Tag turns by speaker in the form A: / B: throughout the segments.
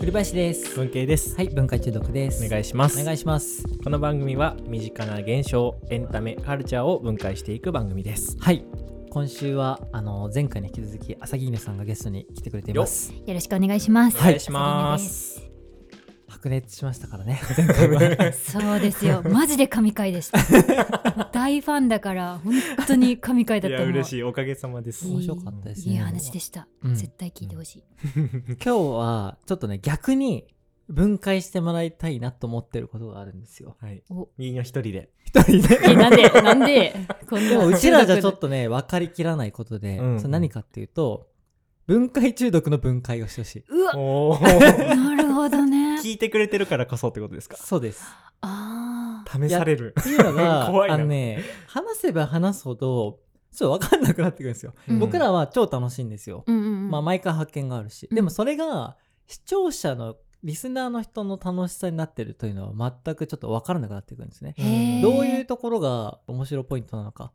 A: 栗林です。
B: 文系です、
A: はい、文化中毒です。
B: お願いします
A: お願いします。
B: この番組は身近な現象エンタメカルチャーを分解していく番組です
A: はい、今週はあの前回に引き続き朝木犬さんがゲストに来てくれています。
C: よろしくお願いします。
B: お願いします、
A: 白熱しましたからね。
C: そうですよ。マジで神回でした。大ファンだから本当に神回だ
B: い
C: った
B: や
C: もう
B: 嬉しいおかげさまです
A: 面白かったですね
C: いい話でした。
A: うん
C: 絶対聞いてほしい。
A: 今日はちょっとね逆に分解してもらいたいなと思ってることがあるんです よ。
B: はい
C: お
B: 右の一人で
A: 一人で。
C: え、なんでなんでこん
A: で
C: な
A: もうちらじゃちょっとね分かりきらないことで、
B: うん
A: それ何かっていうと分解中毒の分解をしてほしい。
C: うわ、
B: お ー
C: なるほどね。
B: 聞いてくれてるからこそってことですか
A: そうです。
C: あ
B: 試される
A: っていうの が
B: 怖いな
A: あのね話せば話すほどちょっと分かんなくなってくるんですよ。
C: うん
A: 僕らは超楽しいんですよ。
C: あ。うんうんうん。
A: まあ、毎回発見があるし、
C: うん
A: でもそれが視聴者のリスナーの人の楽しさになってるというのは全くちょっと分からなくなってくるんですね。
C: へー
A: どういうところが面白いポイントなのか。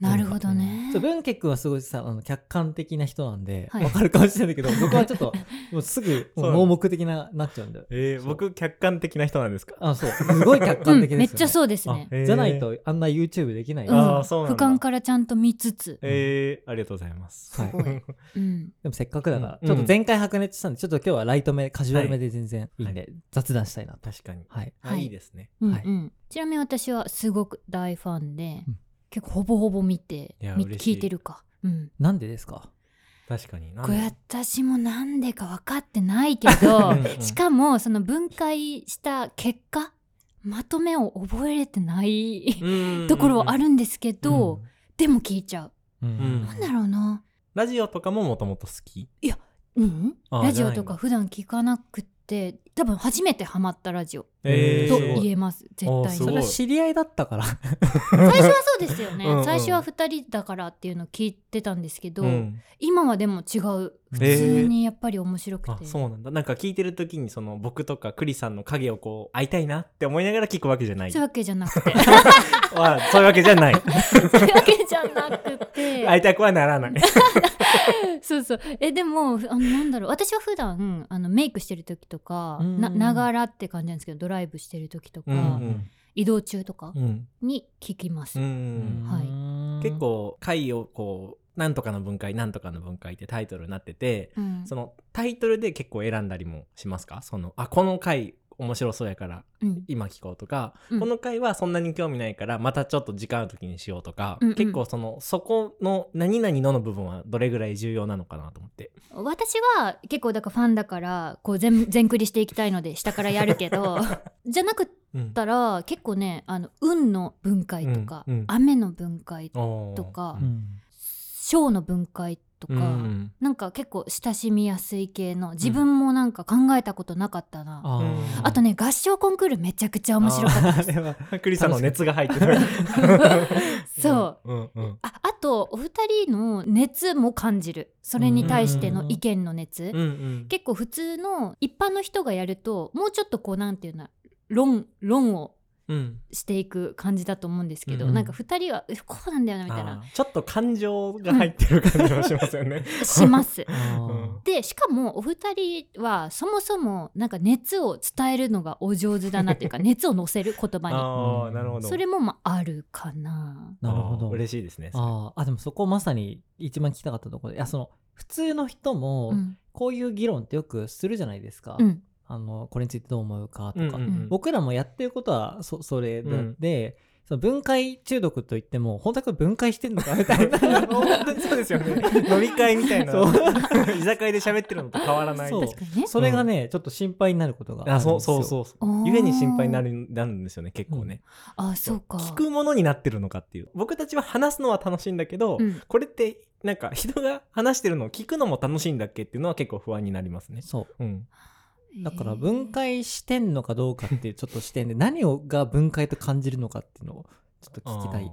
C: なるほどね
A: ちょ。文家君はすごいさあの客観的な人なんで、
C: はい
A: 分かるかもしれないけど僕はちょっともうすぐもう盲目的ななっちゃうんだよ。
B: えー、僕客観的な人なんですか
A: あそうすごい客
C: う
A: 観
C: ん
A: 的ですよ、ね
C: めっちゃそうですね。
B: あえー
A: じゃないとあんな YouTube できない、
C: うん
B: あーそうなん
C: 俯
B: だ
C: 瞰からちゃんと見つつ。
B: えー、ありがとうございます
A: はい
C: すごい。うん。
A: でもせっかくだから、
B: うん
A: ちょっと前回白熱したんでちょっと今日はライト目カジュアル目で全然いいんで、雑談したいなと。
B: 確かに
A: はい
B: あ
C: はい
B: いいですね
C: うんう
A: はい
C: ん。ちなみに私はすごく大ファンで
A: うん、
C: 結構ほぼほぼ見て、
B: いや
C: み
B: 嬉しい
C: 聞いてるか。うん。
A: なんでですか
B: 確かになん
C: こ
B: だ
C: れ
B: ろう
C: 私もなんでか分かってないけ
B: う
C: ど
B: んうん
C: しかもその分解した結果まとめを覚えれてない
B: うん
C: ところはあ
B: る
C: るんですけど、でも聞いちゃう。
A: うん
C: なんだろうな、
B: ラジオとかももともと好き
C: うん、
B: あ
C: ラジ
B: じゃ
C: オ
B: ない
C: とか普段聞かなくて多分初めてハマったラジオ
A: えー
C: と
B: すごい
C: 言えます絶
B: あ
C: 対
B: す
A: そ
B: ご
A: れ
B: い
C: に。
A: は知り合いだったから。
C: 最初はそうですよね
B: うんうん
C: 最初は2人だからっていうのを聞いてたんですけど、
B: うん
C: 今はでも違う普
B: え
C: 通
B: ー
C: にやっぱり面白くて
B: あ、そうなんだなんか聞いてる時にその僕とか栗さんの影をこう会いたいなって思いながら聞くわけじゃない
C: そういうわけじゃなくて
B: あそういうわけじ ゃない
C: そういうわけじゃなくて
B: 会い たくはならない
C: そうそうえでもふあのなんだろう私は普段あのメイクしてる時とか
A: うん
C: なながらって感じなんですけどドライブしてる時とか、
B: うん
C: 移動中とか
B: うん、
C: に聞きます、
B: うん
C: はい
A: い
B: 結構回をこう「なんとかの分解なんとかの分解」ってタイトルになってて
C: うん
B: そのタイトルで結構選んだりもしますかそのあこの回面白そうやから
C: うん
B: 今聞こうとか、
C: うん
B: この回はそんなに興味ないからまたちょっと時間ある時にしようとか、
C: うんうん
B: 結構そのそこの何々のの部分はどれぐらい重要なのかなと思って
C: 私は結構だからファンだからこう全全クリしていきたいので下からやるけ どじゃなくっ
B: うん
C: たら結構ねあの運の分解とか、
B: うんうん
C: 雨の分解
B: おー
C: とか
B: うん
C: 章の分解とか、
B: うん
C: なんか結構親しみやすい系の自分もなんか考えたことなかったな、
A: あー
B: うん
C: あとね合唱コンクールめちゃくちゃ面白かった
A: あれは
B: クリさんの熱が入っ てる
C: そう、
B: うんうん
C: ああとお二人の熱も感じるそれに対しての意見の熱、
B: うんうん
C: 結構普通の一般の人がやるともうちょっとこうなんていうの論論を
B: うん
C: していく感じだと思うんですけど、
B: うん
C: なんか二人はえこうなんだよなみたいな
B: あーちょっと感情が入ってる感じもしますよね。
C: します
A: あー
C: でしかもお二人はそもそもなんか熱を伝えるのがお上手だなっていうか熱を乗せる言葉
B: ああなるほ
C: に
B: ど。
C: それもまああるかな
A: なるほ
B: あ
A: ど
B: ー。嬉しいですね。そ
A: あーあでもそこまさに一番聞きたかったところでいやその普通の人も
C: うん
A: こういう議論ってよくするじゃないですか、
C: うん
A: あのこれについてどう思うかと
B: れ
A: か、
B: うんうんうん
A: 僕らもやってることはそそれで,、
B: うん
A: でその分解中毒といっても本当はこれ分解してんのかみたいな
B: 本当に そうですよ ね。飲み会みたいな
A: そう
B: 居酒屋で喋ってるのと変わらない。
A: そう
C: 確かにね
A: それがね、ちょっと心配になることがあるん
B: あ
A: ですよ
B: そうそうそうそ
C: あー
B: う。ゆえに心配になるなるんですよね結構ね。
C: あそうか
B: 聞くものになってるのかっていう。僕たちは話すのは楽しいんだけど、
C: うん
B: これってなんか人が話してるのを聞くのも楽しいんだっけっていうのは結構不安になりますね。
A: そう
B: うん。
A: だから分解してんのかどうかっていうちょっと視点で何をが分解と感じるのかっていうのをちょっと聞きたい。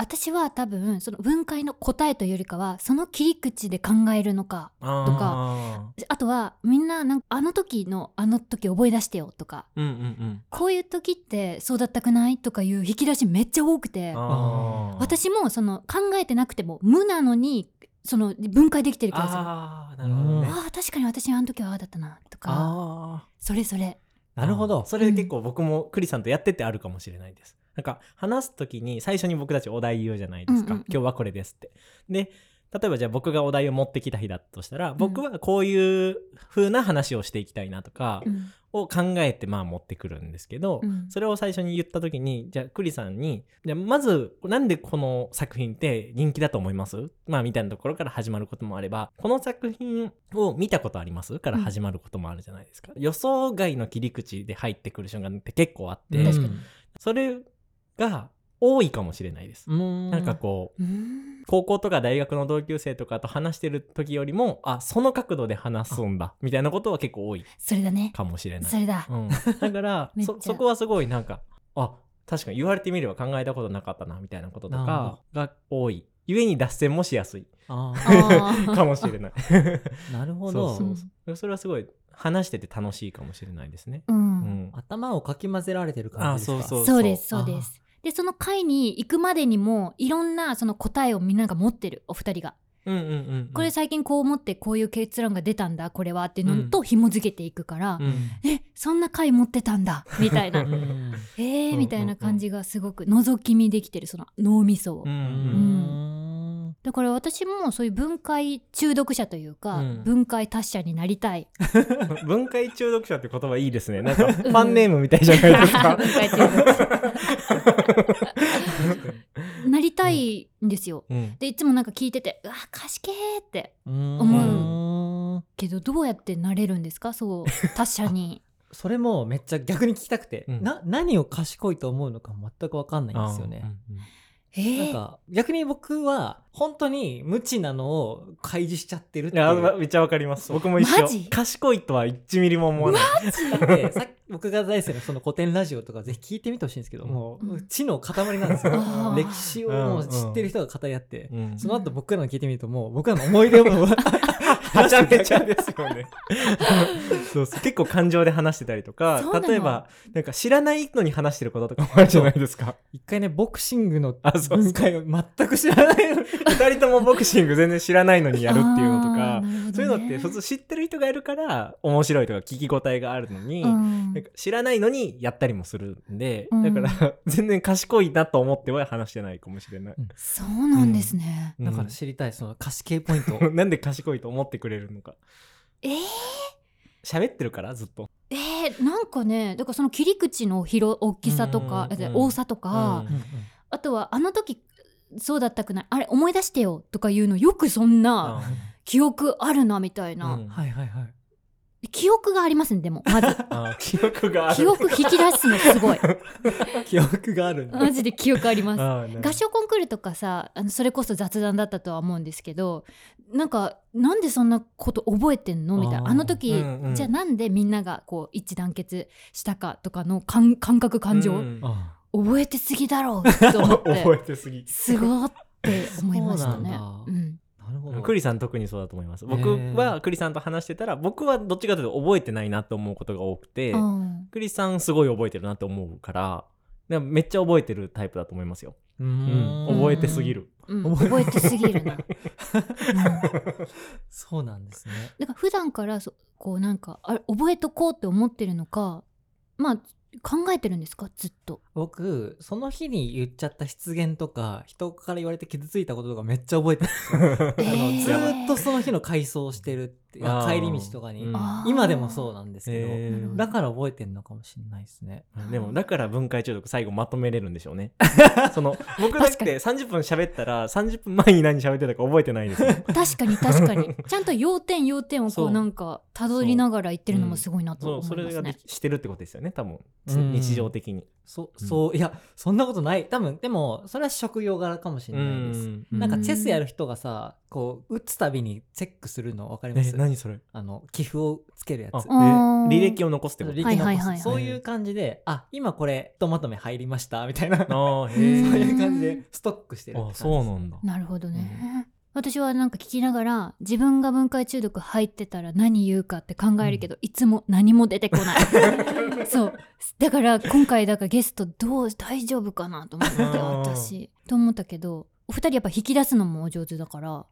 C: 私は多分その分解の答えというよりかはその切り口で考えるのか
B: とか
C: とあとはみんななんかあの時のあの時覚え出してよとか
B: うんうんうん。
C: こういう時ってそうだったくないとかいう引き出しめっちゃ多くて
B: あー
C: 私もその考えてなくても無なのにその分解できてるからさ
B: ああなるほど
A: う
B: ね
A: ん
C: ああ確かに私あの時はああだったなとか
B: あ
C: それそれ
B: あ
A: なるほど
B: それ結構僕もクリさんとやっててあるかもしれないですなんか話す時に最初に僕たちお題言うじゃないです
C: う
B: か、
C: んうんうん
B: 今日はこれですってで例えばじゃあ僕がお題を持ってきた日だとしたら僕はこういう風な話をしていきたいなとか
C: うん
B: を考えてまあ持ってくるんですけど、
C: うん
B: それを最初に言った時にじゃあクリさんにじゃあまずなんでこの作品って人気だと思いますまあみたいなところから始まることもあればこの作品を見たことありますから始まることもあるじゃないですか、予想外の切り口で入ってくる瞬間って結構あって、
A: うん
C: 確かに
B: それが多いかもしれないです、
A: うん
B: なんかこう
C: うん
B: 高校とか大学の同級生とかと話してる時よりもあその角度で話すんだみたいなことは結構多い
C: それだね
B: かもしれない
C: それだ
B: うん、 だから
C: めっちゃ
B: そそこはすごいなんかあ確かに言われてみれば考えたことなかったなみたいなことと
A: なるほ
B: かが多い故に脱線もしやすい
A: あ
C: あー
B: かもしれない
A: ーなるほ
B: そ
A: ど
B: うそうそうそれはすごい話してて楽しいかもしれないですね、
C: う
B: うんん、
A: 頭をかき混ぜられてる感じですか
B: あそう
C: そうですそうですでその会に行くまでにもいろんなその答えをみんなが持ってるお二人が
B: うんうんうんうん
C: これ最近こう思ってこういう結論が出たんだこれはっていうのと紐付けていくから
B: う、ん
C: えそんな回持ってたんだみたいな
A: うん
C: え
B: うんう
C: ー
B: ん
C: みたいな感じがすごく覗き見できてるその脳みそを、
B: うんう
A: うん ん
C: だから私もそういう分解中毒者というか、
B: うん
C: 分解達者になりたい
B: 文化中毒者って言葉いいですねなんかファンネームみたいじゃないです か
C: 分解中毒 者なりたいんですよ、
B: うん
C: でいつもなんか聞いてて「うわ貸しけー」って
A: うん
C: 思けどどうやってなれるんですかそう達者 に
A: それもめっちゃ逆に聞きたくて、
B: うん
A: な何を賢いと思うのか全く分かんないんですよね。
C: え
A: なん
C: ー、
A: か逆に僕は本当に無知なのを開示しちゃってるっ
B: い
A: てい
B: や
A: う
B: めっちゃわかります僕も一
C: マジ
B: 緒賢いとは1ミリも思わない
A: でさっき僕が大好きなその古典ラジオとかぜひ聞いてみてほしいんですけど、
B: うん
A: も
C: う
A: うん知の塊なんですよ
C: あー
A: 歴史をもう知ってる人が語り合って、
B: うん
A: その後僕らの聞いてみるともう 僕らの思い出を
B: はちゃめちゃですよね そうそう結構感情で話してたりとか
C: そうなの
B: 例えばなんか知らないのに話してることとかもあるじゃないで すか
A: 一回ねボクシングの
B: あそう
A: 文解を全く知らないのに
B: 2人ともボクシング全然知らないのにやるっていうの
C: あ
B: と
C: ーなるほ
B: か、
C: どね
B: そういうのって普通知ってる人がいるから面白いとか聞き応えがあるのに、
C: うん
B: なんか知らないのにやったりもするんで、
C: うん
B: だから全然賢いなと思っては話してないかもしれない。
C: そうなんですね、
A: だから知りたいその歌詞系ポイントを
B: うんなんで賢いと思ってくれるのか
C: えー
B: 喋ってるからずっと。
C: えー、なんかねだからその切り口の広大きさとか、
B: うんうんうん
C: え多さとか、
B: うん
C: あとはあの時そうだったくないあれ思い出してよとか言うのよくそんな記憶あるなみたいな、
B: うん
A: はいはいはい
C: 記憶がありますねでもまず
B: あー記憶がある。
C: 記憶引き出すのすご い
A: 記憶があるんだ
C: マジで記憶あります
B: あーなるほど
C: 合唱コンクールとかさあのそれこそ雑談だったとは思うんですけどなんかなんでそんなこと覚えてんのみたいな
A: あー
C: あの時、
B: うんうん
C: じゃあなんでみんながこう一致団結したかとかの感感覚感情、
B: うん
A: あ
C: 覚えてすぎだろうと思って
B: 覚えてすぎ
C: すごーって思いました
A: そう
C: ね
A: なんだ。
C: うん
A: なるほど
B: クリさん特にそうだと思います
A: へ
B: 僕
A: ー
B: はクリさんと話してたら僕はどっちかというと覚えてないなと思うことが多くて
C: うん
B: クリさんすごい覚えてるなと思うからだからめっちゃ覚えてるタイプだと思いますよ、
A: う
B: うん
A: ん
B: 覚えてすぎる
C: うん覚えてすぎるな。うん
A: そうなんですね
C: だから普段からそこうなんかあれ覚えとこうって思ってるのかまあ考えてるんですかずっと。
A: 僕その日に言っちゃった失言とか人から言われて傷ついたこととかめっちゃ覚えてる
C: え
A: あのずーっと
C: ー
A: その日の回想をしてるって
B: あー
A: 帰り道とかに、
B: うん
C: あー
A: 今でもそうなんですけど、
B: えー
A: だから覚えてんのかもしれないですね
C: ら
B: でもだから分解中毒最後まとめれるんでしょうねその僕だっ
C: 確かに
B: て30分喋ったら30分前に何喋ってたか覚えてないで すよ
C: 確かに確かにちゃんと要点要点をこ
B: そう
C: うなんかたどりながら言ってるのもすごいなと
B: そう
C: 思
B: そ
C: いま
B: れ
C: す
B: がで
C: ね。
B: きしてるってことですよね多分
A: うん
B: 日常的に
A: そ
B: うん
A: そういやそんなことない多分でもそれは職業柄かもしれないです、
C: うん
A: なんかチェスやる人がさこう打つたびにチェックするの分かりま
B: え
A: す
B: 何それ
A: あの寄付をつけるや
B: あ
A: つ
B: え
C: あー
B: 履歴を残すってこ
A: 履
B: と
A: 歴
C: はいはい
A: 残
C: は
A: す
C: い
A: そういう感じであ今これひとまとめ入りました みたいな
B: ああ
A: そう
B: へえ
A: いう感じでストックしてるって感
B: あ
A: じ
B: そうなんだ
C: なるほどね、私はなんか聞きながら自分が分解中毒入ってたら何言うかって考えるけど、いつも何も出てこない そうだから今回だからゲストどう大丈夫かなと思って
B: うん
C: 私と思ったけどお二人やっぱ引き出すのもお上手だから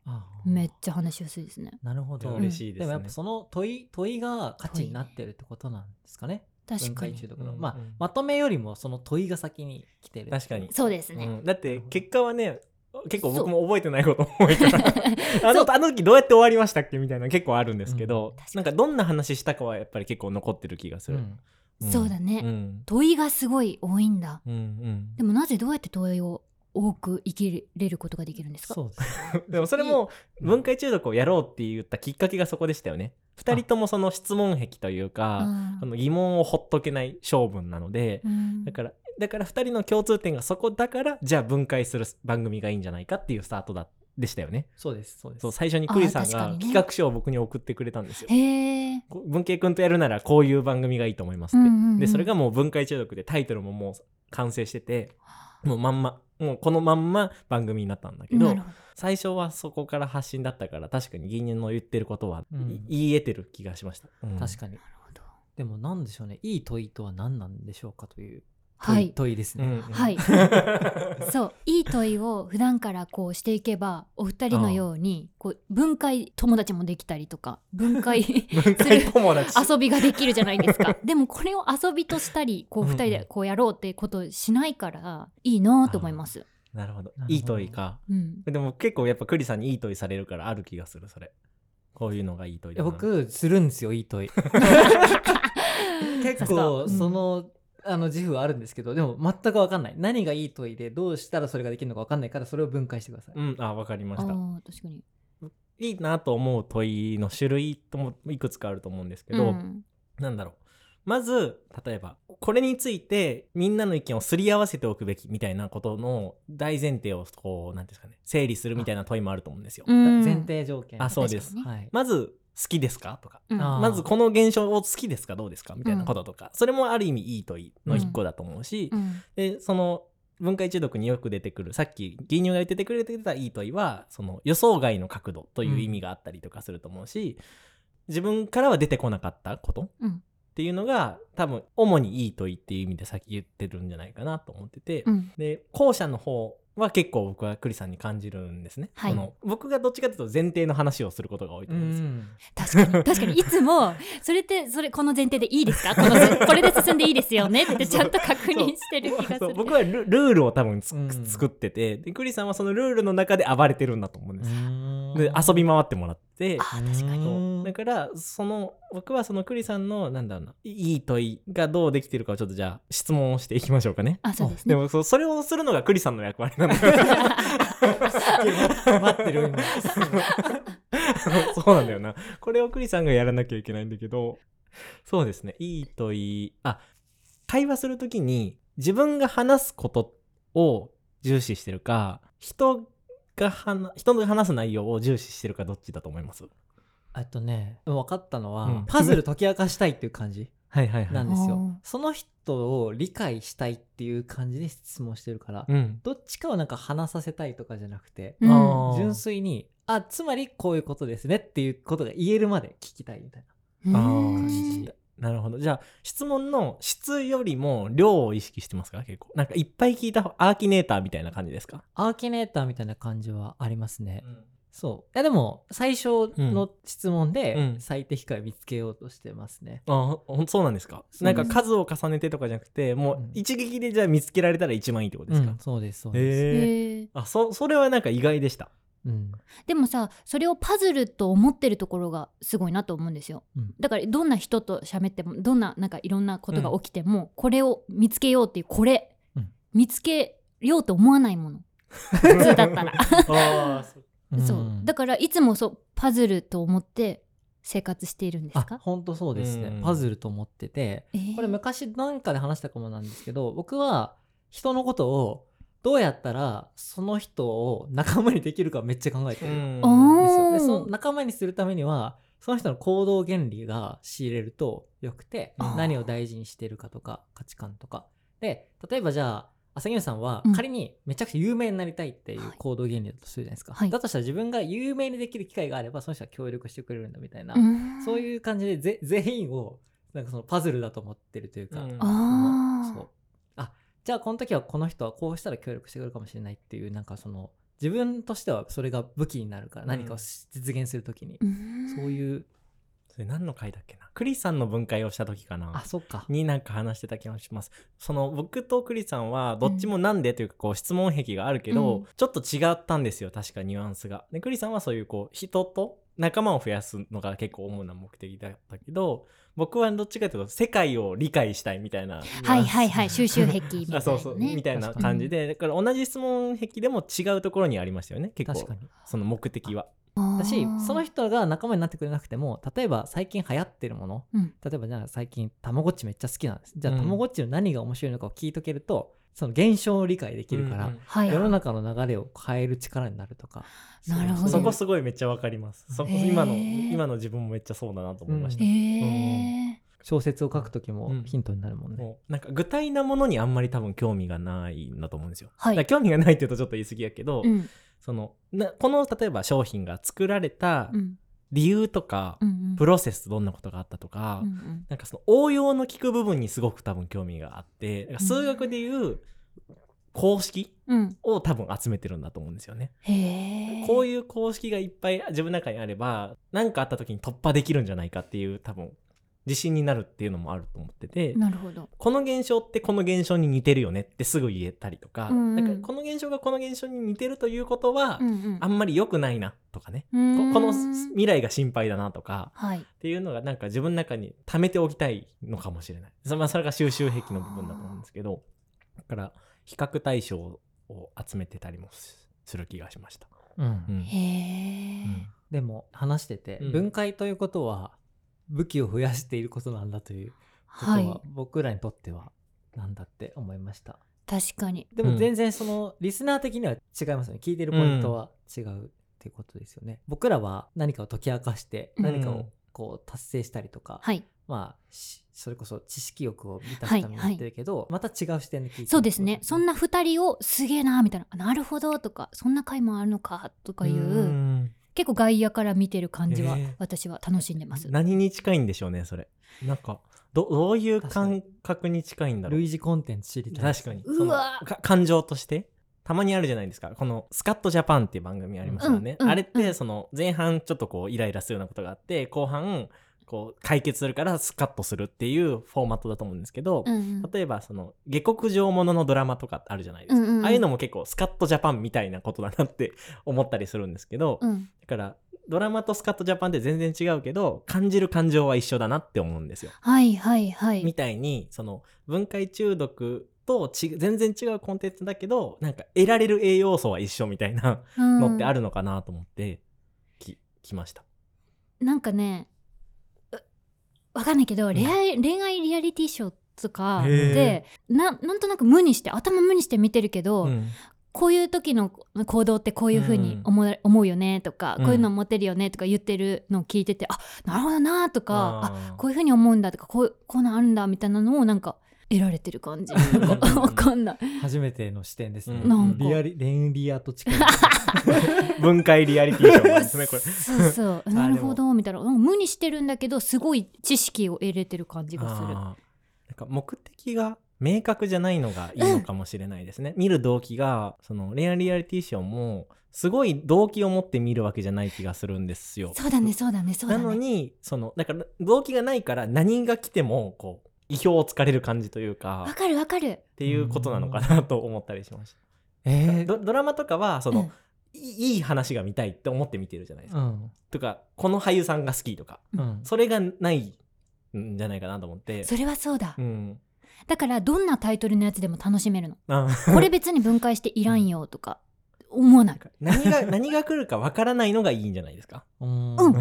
C: めっちゃ話しやすいですね
A: なるほど
B: 嬉しいですね
A: もやっぱその問い問いが価値になってるってことなんですかね
C: 確
A: 文
C: か
A: 化
C: に
A: 中毒の、
B: うん
A: まあまとめよりもその問いが先に来てる
B: 確かに
C: そうですね、
B: うんだって結果はね結構僕も覚えてないこと多いからあのあの時どうやって終わりましたっけみたいなの結構あるんですけど、
C: 確か
B: な
C: に
B: んかどんな話したかはやっぱり結構残ってる気がす
A: う
B: る、
A: ん
B: ん
C: そうだね、
B: うん
C: 問いがすごい多いんだ
B: うんうん
C: でもなぜどうやって問いを多く生きれることができるんですか
A: そうですね
B: でもそれも文化中毒をやろうって言ったきっかけがそこでしたよね二人ともその質問癖というか
C: あー
B: あの疑問をほっとけない性分なので
C: うん
B: だからだから二人の共通点がそこだからじゃあ分解する番組がいいんじゃないかっていうスタートだでしたよね
A: そうですそうです
B: そう最初にクリさん
C: あー確か
B: が
C: にね
B: 企画書を僕に送ってくれたんですよ
C: へえ
B: こう文系君とやるならこういう番組がいいと思いますって、
C: うんうんうん
B: でそれがもう分解中毒でタイトルももう完成しててもうまんまもうこのまんま番組になったんだけ
C: な
B: ど
C: るほ
B: 最初はそこから発信だったから確かに芸人の言ってることは、
A: うん
B: い言い得てる気がしました、
A: 確
B: か
A: かに
C: ど
A: でもなんでしょうねいい問いとは何なんでしょうかという問,、
C: はいい
A: 問いですね、
C: はい そういい問いを普段からこうしていけばお二人のようにこう分解友達もできたりとか分解
B: 分解友達
C: 遊びができるじゃないです かでもこれを遊びとしたりこう
B: うんう
C: 二
B: ん
C: 人でこうやろうってことをしないからいいなと思います。
B: なるほど
A: なるほど
B: いい問いか
C: うん、
B: でも結構やっぱクリさんにいい問いされるからある気がするそれこういうのがいい問い
A: い
B: だ
A: や
B: な
A: 僕するんですよいい 問い 結構その、あの自負はあるんですけどでも全く分かんない何がいい問いでどうしたらそれができるのか分かんないからそれを分解してください、
B: うんあわかりま
C: あ
B: した
C: ー確かに。
B: いいなと思う問いの種類ともいくつかあると思うんですけど、
C: うん
B: なんだろうまず例えばこれについてみんなの意見をすり合わせておくべきみたいなことの大前提をこう何ですかね整理するみたいな問いもあると思うんですよ。
C: うん
A: 前提条件
B: あそうです
C: 確かにね
A: はい、
B: まず好きですかとか
C: うん
A: あー
B: まずこの現象を好きですかどうですかみたいなこととか、それもある意味いい問いの一個だと思うし、
C: うん
B: でその分解中毒によく出てくるさっき牛乳が言っててくれてたいい問いはその予想外の角度という意味があったりとかすると思うし、自分からは出てこなかったことっ
C: うん
B: ていうのが多分主にいい問いっていう意味でさっき言ってるんじゃないかなと思ってて、
C: うん
B: で後者の方は結構僕は栗さんに感じるんですね、
C: はい
B: その僕がどっちかというと前提の話をすることが多いと
A: う
B: 思うんですよ。
A: ん
C: 確かに確かにいつもそれってそれこの前提でいいですかこのこれで進んでいいですよねってちゃんと確認してる気がす
B: そう
C: る。
B: 僕はルルールを多分つく
A: うん
B: 作っててで栗さんはそのルールの中で暴れてるんだと思うんですよで遊び回ってもらって
C: あー確かに。
B: そうだからその僕はその栗さんのなんだろうないい問いがどうできてるかをちょっとじゃあ質問をしていきましょうかね。
C: あそうです
B: で
C: ね。
B: もそうそれをするのが栗さんの役割なんだよ
A: 待ってる今
B: そうなんだよなこれを栗さんがやらなきゃいけないんだけどそうですねいい問いあ会話するときに自分が話すことを重視してるか人が話人が話す内容を重視してるかどっちだと思います
A: えっとね分かったのは、
B: うん
A: パズル解き明かしたいっていう感じ
B: はいはい
A: なんです
C: お
A: よ
C: ー
A: その人を理解したいっていう感じで質問してるから、
B: うん、
A: どっちかをなんか話させたいとかじゃなくて、
C: うん
B: あー
A: 純粋にあつまりこういうことですねっていうことが言えるまで聞きたいみたいな
C: うん
B: あーなるほどじゃあ質問の質よりも量を意識してますか結構なんかいっぱい聞いた方アーキネーターみたいな感じですか、
A: アーキネーターみたいな感じはありますね、そういやでも最初の質問
B: う
A: で
B: ん
A: 最適解を見つけようとしてますね、
B: あほんそうなんですか
A: そう
B: な
A: で
B: ん
A: す
B: か数を重ねてとかじゃなくてもう一撃でじゃあ見つけられたら一番いいってことですか、
A: うんそうですそうです、
B: へえ
C: へー
B: あそそれはなんか意外でした
A: うん
C: でもさそれをパズルと思ってるところがすごいなと思うんですよ、
A: うん
C: だからどんな人と喋ってもどんななんかいろんなことが起きても、これを見つけようっていうこれ、
A: うん
C: 見つけようと思わない もの普通だったら、
B: あ
C: そうだからいつもそうパズルと思って生活しているんです
A: あ
C: か、
A: 本当そうですね、
B: うん
A: パズルと思ってて
C: えー
A: これ昔なんかで話したかもなんですけど僕は人のことをどうやったらその人を仲間にできるかめっちゃ考えてるん
C: お
A: ですよ。
C: ー
A: でその仲間にするためにはその人の行動原理が仕入れるとよくて
B: あー
A: 何を大事にしてるかとか価値観とか。で例えばじゃあ朝日さんは
C: うん
A: 仮にめちゃくちゃ有名になりたいっていう
C: はい
A: 行動原理だとするじゃないですか。
C: はい
A: だとしたら自分が有名にできる機会があればその人は協力してくれるんだみたいな。
C: うん
A: そういう感じでぜ 全員をなんかそのパズルだと思ってるというか、
B: うん
A: その
C: あー
A: そうあじゃあこの時はこの人はこうしたら協力してくれるかもしれないっていうなんかその自分としてはそれが武器になるから
B: うん
A: 何かをし実現するときに、
C: うん
A: そういう
B: それ何の回だっけなクリスさんの分解をした時かな
A: あそっか
B: になんか話してた気がしますその僕とクリスさんはどっちもなんでというかこう質問癖があるけど、
C: うん
B: ちょっと違ったんですよ確かニュアンスがでクリスさんはそういうこう人と仲間を増やすのが結構主な目的だったけど僕はどっちかというと世界を理解したいみたいな
C: はいはいはい収集癖みたいな ね
B: あそうそうみたいな感じでだから同じ質問癖でも違うところにありましたよね結
A: 確
B: 構
A: かに
B: その目的は
C: あー
A: だしその人が仲間になってくれなくても例えば最近流行ってるもの
C: うん
A: 例えばじゃあ最近たまごっちめっちゃ好きなんですじゃあ
B: うん
A: たまごっちの何が面白いのかを聞いとけるとその現象を理解できるから、
B: うんうん
C: はい
A: 世の中の流れを変える力になるとか
C: なるほど
B: そこすごいめっちゃわかりますそこ
C: へー
B: 今の今の自分もめっちゃそうだなと思いました、
C: へえ
A: 小説を書く時
B: う
A: も
B: ん
A: ヒントになるもんね、
B: もうなんか具体なものにあんまり多分興味がないんだと思うんですよ、
C: はい
B: だから興味がないって言うとちょっと言い過ぎやけど、
C: うん
B: そのなこの例えば商品が作られた
C: うん
B: 理由とか、
C: うんうん
B: プロセスどんなことがあったとか、
C: うんうん
B: なんかその応用の効く部分にすごく多分興味があってだから数学でいう公式
C: うん
B: を多分集めてるんだと思うんですよね。
C: へえ
B: こう
C: う
B: いう公式がいっぱい自分の中にあれば何かあった時に突破できるんじゃないかっていう多分自信になるっていうのもあると思ってて、
C: なるほど
B: この現象ってこの現象に似てるよねってすぐ言えたりとか,、
C: うんうん
B: なんかこの現象がこの現象に似てるということは、
C: うんうん
B: あんまり良くないなとかね、
C: う
B: こ
C: ーん
B: この未来が心配だなとか
C: はい
B: っていうのがなんか自分の中に溜めておきたいのかもしれないそ,、まあ、それが収集癖の部分だと思うんですけどだから比較対象を集めてたりもする気がしました。
A: うん
B: うん
C: へえ
B: うん
A: でも話してて、
B: うん
A: 分解ということは武器を増やしていることなんだということ
C: はい
A: は僕らにとってはなんだって思いました、
C: 確かに
A: でも全然そのリスナー的には違いますよね聞いてるポイントは違うっていうことですよね、僕らは何かを解き明かして
C: うん
A: 何かをこう達成したりとか、
C: はい
A: まあしそれこそ知識欲を満たすためにやってるけど、また違う視点で聞いてる
C: そうですねそん
A: な
C: な2人をすげえなみたいななるほどとかそんな回もあるのかとかいう
B: うん
C: 結構外野から見てる感じは
B: へえ
C: 私は楽しんでます、
B: 何に近いんでしょうねそれなんかどどういう感覚に近いんだろう
A: 類似コンテンツ知りたい
B: 確かに
C: うわ
B: そのか感情としてたまにあるじゃないですかこの「スカットジャパン」っていう番組ありますよね、
C: うんうん
B: あれってその前半ちょっとこうイライラするようなことがあって後半こう解決するからスカッとするっていうフォーマットだと思うんですけど、
C: うんうん
B: 例えばその下克上もののドラマとかあるじゃないですか、
C: うんうんうん
B: ああいうのも結構スカッとジャパンみたいなことだなって 思ったりするんですけど、
C: うん
B: だからドラマとスカッとジャパンって全然違うけど感じる感情は一緒だなって思うんですよ。
C: はいはいは
B: み
C: い
B: たいにその分解中毒とち全然違うコンテンツだけどなんか得られる栄養素は一緒みたいなのってあるのかなと思ってき,、きました。
C: うんなんかねうわかんないけど恋愛,、恋愛リアリティショーとかでななんとなく無にして頭無にして見てるけど、
B: うん
C: こういう時の行動ってこういうふうに思,、う思うよねとか、
B: うん
C: こういうの持てるよねとか言ってるのを聞いててあなるほどなとかあ
B: あー
C: こういうふうに思うんだとかこうこうなんあるんだみたいなのをなんか得られてる感じなんか わかんない
A: 初めての視点ですね、
B: うんなん
C: か
A: リアリレンリアと 近い
B: 分解リアリティショーですねこれ。
C: そうそう
B: も
C: なるほどみたいななんか無にしてるんだけどすごい知識を得れてる感じがする
B: あーなんか目的が明確じゃないのがいいのかもしれないですね。見る動機がその恋愛リアリティショーもすごい動機を持って見るわけじゃない気がするんですよ。
C: そうだねそうだねそうだ
B: な
C: ね
B: のにそのだから動機がないから何が来てもこう意表をつかれる感じという
C: わ
B: か
C: かるわかる
B: っていうことなのかなと思ったりしました。
A: えー
B: ドドラマとかはその、
C: うん
B: いいい話が見たいって思って見てるじゃないです
A: う
B: か。
A: ん
B: とかこの俳優さんが好きとか
A: うん
B: それがないんじゃないかなと思って。
C: それはそうだ、
B: うん、
C: だからどんなタイトルのやつでも楽しめるの
B: あ
C: これ別に分解していらんよとか思わない
B: 何 が何が来るかわからないのがいいんじゃないですか。
A: う
C: うん
A: ん
C: うん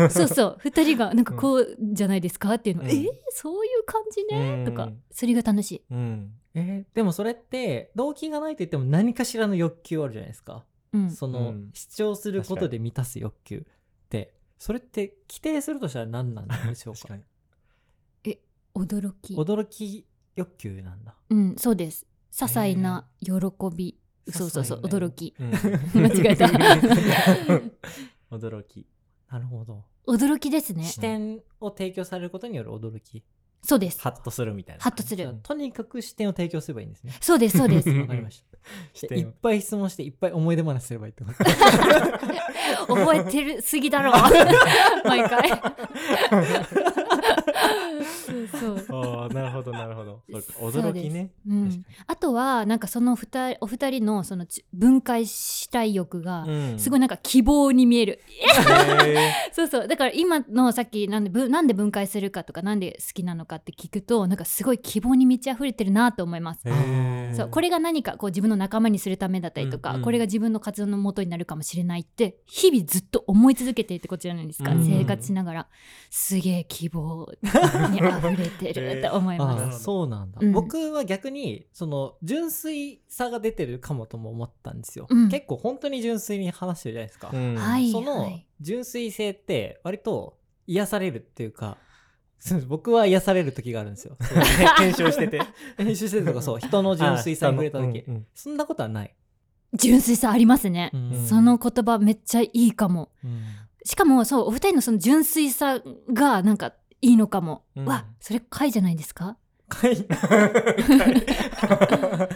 C: うんそうそう2人がなんかこうじゃないですかっていうの、
B: うん
C: えーそういう感じねと
B: う
C: か
B: ん
C: それが楽しい
B: うん
A: えーでもそれって動機がないと言っても何かしらの欲求あるじゃないですか、
C: うん
A: その、
B: うん
A: 主張することで満たす欲求ってそれって規定するとしたら何なんでしょうか
B: に。
C: 驚き
A: 驚き欲求なんだ
C: うんそうです些細な喜び、
A: 些細な
C: そうそうそう驚き
B: うん
C: 間違え た
B: 驚き。
A: なるほど、
C: 驚きですね
A: 視点を提供されることによる驚き
C: そうです
B: ハッとするみたいな。
C: ハッとす
A: じゃあ
C: る
A: とにかく視点を提供すればいいんですね
C: そうですそうです
B: うん
A: わかりましい
B: 視
A: っ
B: 点
A: ぱい質問していっぱい思い出話すればいいってこと
C: 覚えてるすぎだろ毎回そうそう
B: ああなるほどなるほどそうか
C: そう
B: 驚きね
C: うん
B: 確か
C: あとはなんかその二人お二人のそのち分解したい欲が
B: にうん
C: すごいなんか希望に見える、
B: へ
C: そうそうだから今のさっきなんでぶなんで分解するかとかなんで好きなのかって聞くとなんかすごい希望に満ち溢れてるなと思います
B: ーへー
C: そうこれが何かこう自分の仲間にするためだったりとか、
B: うんうん
C: これが自分の活動の元になるかもしれないって日々ずっと思い続けているってことじゃないですか、
B: うん
C: 生活しながらすげえ希望に溢れてる
B: えー
C: と思います。
A: ああそうなんだ、
C: うん
A: 僕は逆にその純粋さが出てるかもとも思ったんですよ、
C: うん
A: 結構本当に純粋に話してるじゃないですか、
B: うん
C: はい
A: その純粋性って割と癒されるっていうか そう僕は癒される時がある んですよ
B: 検証してて
A: 編集してるとかそう人の純粋さに触れた時、
B: うんうん
A: そんなことはない、
C: 純粋さありますね、
A: うん
C: その言葉めっちゃいいかも
A: うん
C: しかもそうお二人のその純粋さがなんかいいのかも、
B: うん
C: わそれ貝じゃないですか
A: はい
B: は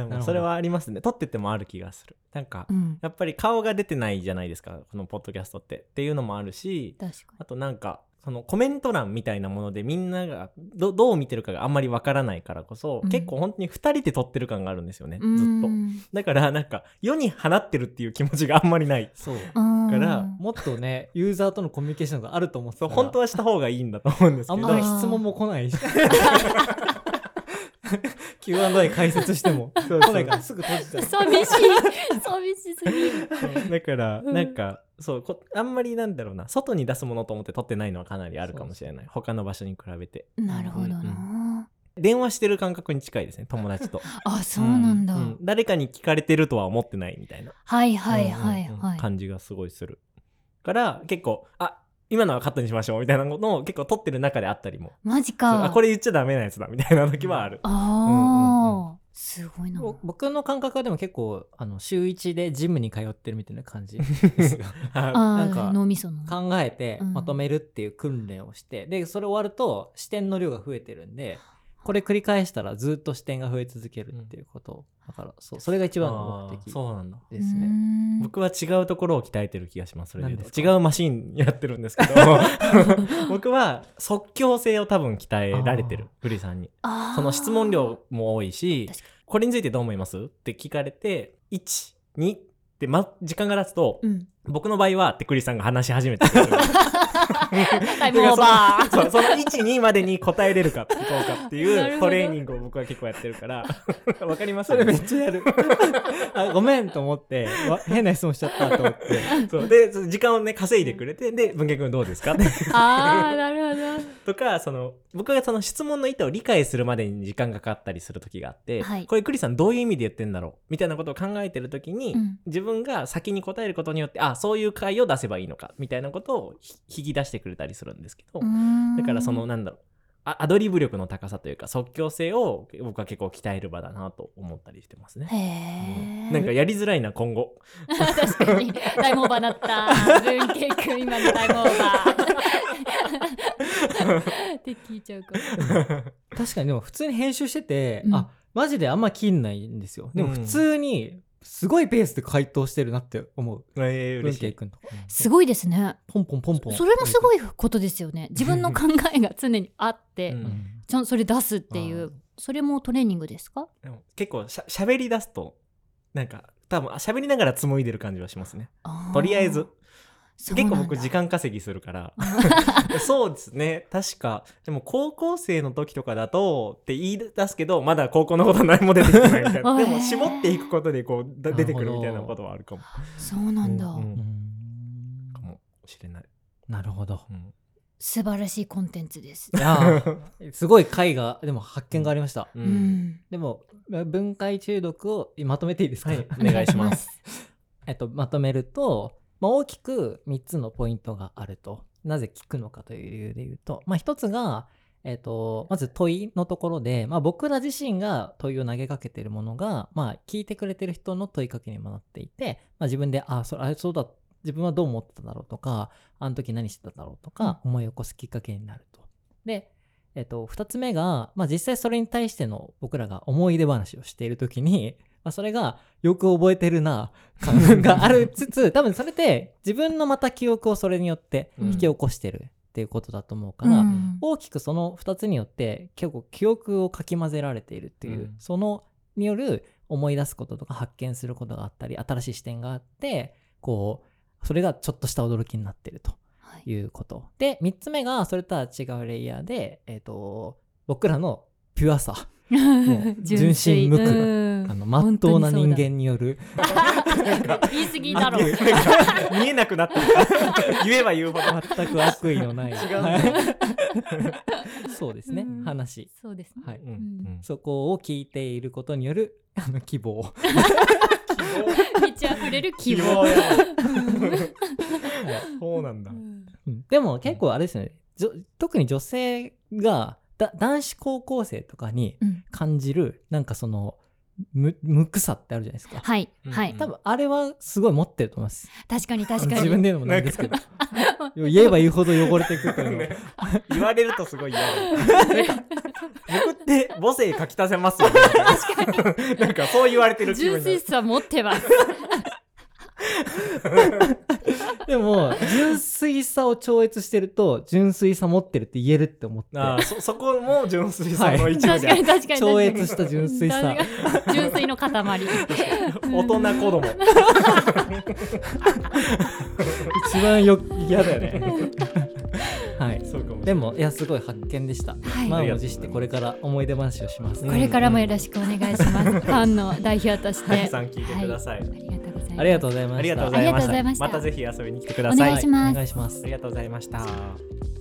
B: いもうそれはありますね撮っててもある気がするなんか
C: うん
B: やっぱり顔が出てないじゃないですかこのポッドキャストってっていうのもあるし
C: 確か
B: あとなんかそのコメント欄みたいなものでみんながどどう見てるかがあんまりわからないからこそ、
C: うん
B: 結構本当に2人で撮ってる感があるんですよね、
C: に
B: ずっとだからなんか世に放ってるっていう気持ちがあんまりない
A: そう
C: と
B: から
A: もっとねユーザーとのコミュニケーションがあると思って
B: そ
A: た
B: う
A: ら
B: 本当はした方がいいんだと思うんです
A: あ
B: け
A: ん
B: ど
A: まり質問も来ないし Q&A 解説しても
B: そう
A: 来ないからすぐ閉じちゃう
C: 寂しい 寂しすぎる
B: だから
C: うん
B: なんかそうこあんまりなんだろうな外に出すものと思って撮ってないのはかなりあるかもしれない他の場所に比べて
C: なるほどな、
B: うんうん電話してる感覚に近いですね友達と
C: あそうなんだ、
B: うん誰かに聞かれてるとは思ってないみたいな
C: はいはいはい
B: うんうんうん
C: はい、
B: 感じがすごいするから結構あ今のはカットにしましょうみたいなことを結構撮ってる中であったりも
C: マジ
B: そう
C: か
B: あこれ言っちゃダメなやつだみたいな時はある、
C: あ
B: うん
C: ーすごいな
A: ぼ僕の感覚はでも結構あの週1でジムに通ってるみたいな感 じですが
B: あ
C: あ
A: なん
C: ー
A: か
C: 脳みその
A: 考えて
C: うん
A: まとめるっていう訓練をしてでそれ終わると視点の量が増えてるんでこれ繰り返したらずっと視点が増え続けるっていうことだからそうそれが一番の目
B: あー
A: 的
B: そうなんだ
A: です
C: うー
A: ね。
C: ん
B: 僕は違うところを鍛えてる気がしますそれで言うと
A: 何です
B: 違
A: か
B: うマシンやってるんですけど僕は即興性を多分鍛えられて
A: あ
B: るグリさんに
C: あー
B: その質問量も多いし
C: 確か
B: これについてどう思いますって聞かれて12って、ま、時間が経つと、
C: うん
B: 僕の場合はってクリさんが話し始めてくれる
C: タイムオーバー
B: そうその12までに答えれるかどうかって
C: なるほ
B: いう
C: ど
B: トレーニングを僕は結構やってるからわかります
A: それめっちゃや るあごめんと思ってわ変な質問しちゃったと思って
B: そうでその時間をね稼いでくれてで文慶君どうですかって
C: あーなるほ
B: とかその僕がその質問の意図を理解するまでに時間がかかったりする時があって、
C: はい
B: これクリさんどういう意味で言ってんだろうみたいなことを考えてる時に、
C: うん
B: 自分が先に答えることによってあそういう回を出せばいいのかみたいなことをひ引き出してくれたりするんですけ
C: ど
B: ど、
C: うーん
B: だからそのなんだろうあアドリブ力の高さというか即興性を僕は結構鍛える場だなと思ったりしてますね。
C: へ
B: う
C: え
B: んなんかやりづらいな今後
C: 確か にタイムオーバーなった文慶君今のタイムオーバーって聞いちゃうかも
A: 確かにでも普通に編集してて、
C: うん
A: あマジであんま切んないんですよでも
B: うん
A: 普通にすごいペースで回答してるなって思う
B: えー
A: 文慶、
B: い
A: 君とか
C: すごいですね
A: ポンポンポンポン
C: それもす
A: い、
C: ごいことですよね自分の考えが常にあって、
B: うん
A: うん
C: ちゃんそれ出すっていうそれもトレーニングですか
B: でも結構しゃしゃべり出すとなんか多分あ喋りながら紡いでる感じはしますねとりあえず結構僕時間稼ぎするからそうですね確かでも高校生の時とかだとって言い出すけどまだ高校のことは何も出てきてないみ たいなでも絞っていくことでこうだ出てくるみたいなことはあるかも
C: そうなんだ、
B: うんうん
A: うーん
B: かもしれない、
A: なるほど
B: うん
C: 素晴らしいコンテンツです
A: い、やーすごい回がでも発見がありました、
B: う
C: うん
A: でも分解中毒をまとめていいですか、
B: はいお願いします
C: す
A: えっと、まとめると、まあ、大きく3つのポイントがあると。なぜ聞くのかという理由で言うと、まあ、1つが、えっと、まず問いのところで、まあ、僕ら自身が問いを投げかけているものが、まあ、聞いてくれてる人の問いかけにもなっていて、まあ、自分で、あ、それ、あれ、そうだ、自分はどう思ってただろうとか、あの時何してただろうとか、思い起こすきっかけになると。で、えっと、2つ目が、まあ、実際それに対しての僕らが思い出話をしている時に、まあ、それがよく覚えてるな感があるつつ 多分それで自分のまた記憶をそれによって
B: うん
A: 引き起こしてるっていうことだと思うから、
C: うん
A: 大きくその2つによって結構記憶をかき混ぜられているっていう、
B: うん
A: そのによる思い出すこととか発見することがあったり新しい視点があってこうそれがちょっとした驚きになってると
C: はい
A: いうことで3つ目がそれとは違うレイヤーで、えー、と僕らのピュアさ もう純真無垢あの真っ当な人間による
C: 間言い過ぎだろ
B: 見えなくなっ た言えば言うほど
A: 全く悪意のない
B: 違う
A: はいそうですね、
C: うん
A: 話
C: そうですね
A: はい、
B: うんうん
A: そこを聞いていることによるあの希望
C: 満ち溢れる希望
B: やそうなんだ
C: うん
A: うんでも結構あれですよね、じょ特に女性がだ男子高校生とかに
C: うん
A: 感じるなんかそのむ無垢さってあるじゃないですか、
C: はいはい
B: うん
A: 多分あれはすごい持ってると思います、
C: 確かに
A: あの
C: 確か
A: 自 分
C: に
A: で言うのもなんですけど言えば言うほど汚れていくと いうの は
B: 言われるとすごい嫌だ僕って母性書き足せますよねなんかそう言われてる気分
C: 純
B: に
C: 粋さ持ってます
A: でも純粋さを超越してると純粋さ持ってるって言えるって思って
B: ああそそこも純粋さの一部
C: 確
B: で
C: か
B: あ
C: に
B: る、
C: 確かに
A: 超
C: 確
A: 越した純粋
C: か
A: さ
C: に確かに純粋の塊
B: 大人子供
A: 一番よ嫌だよねはい
B: そうかもしれない
A: でもいやすごい発見でした、
C: はい
A: 満を持してこれから思い出話をします、
B: うん
C: これからもよろしくお願いし ますファンの代表として
B: たくさん聞いてください
C: はいありがとうございます
A: ありがとうございました
B: ありがとうございまし
C: ありがとうございまし
B: た
C: た
B: またぜひ遊びに来てく
C: お
B: ださい
C: 願いします
A: お願いします
B: ありがとうございました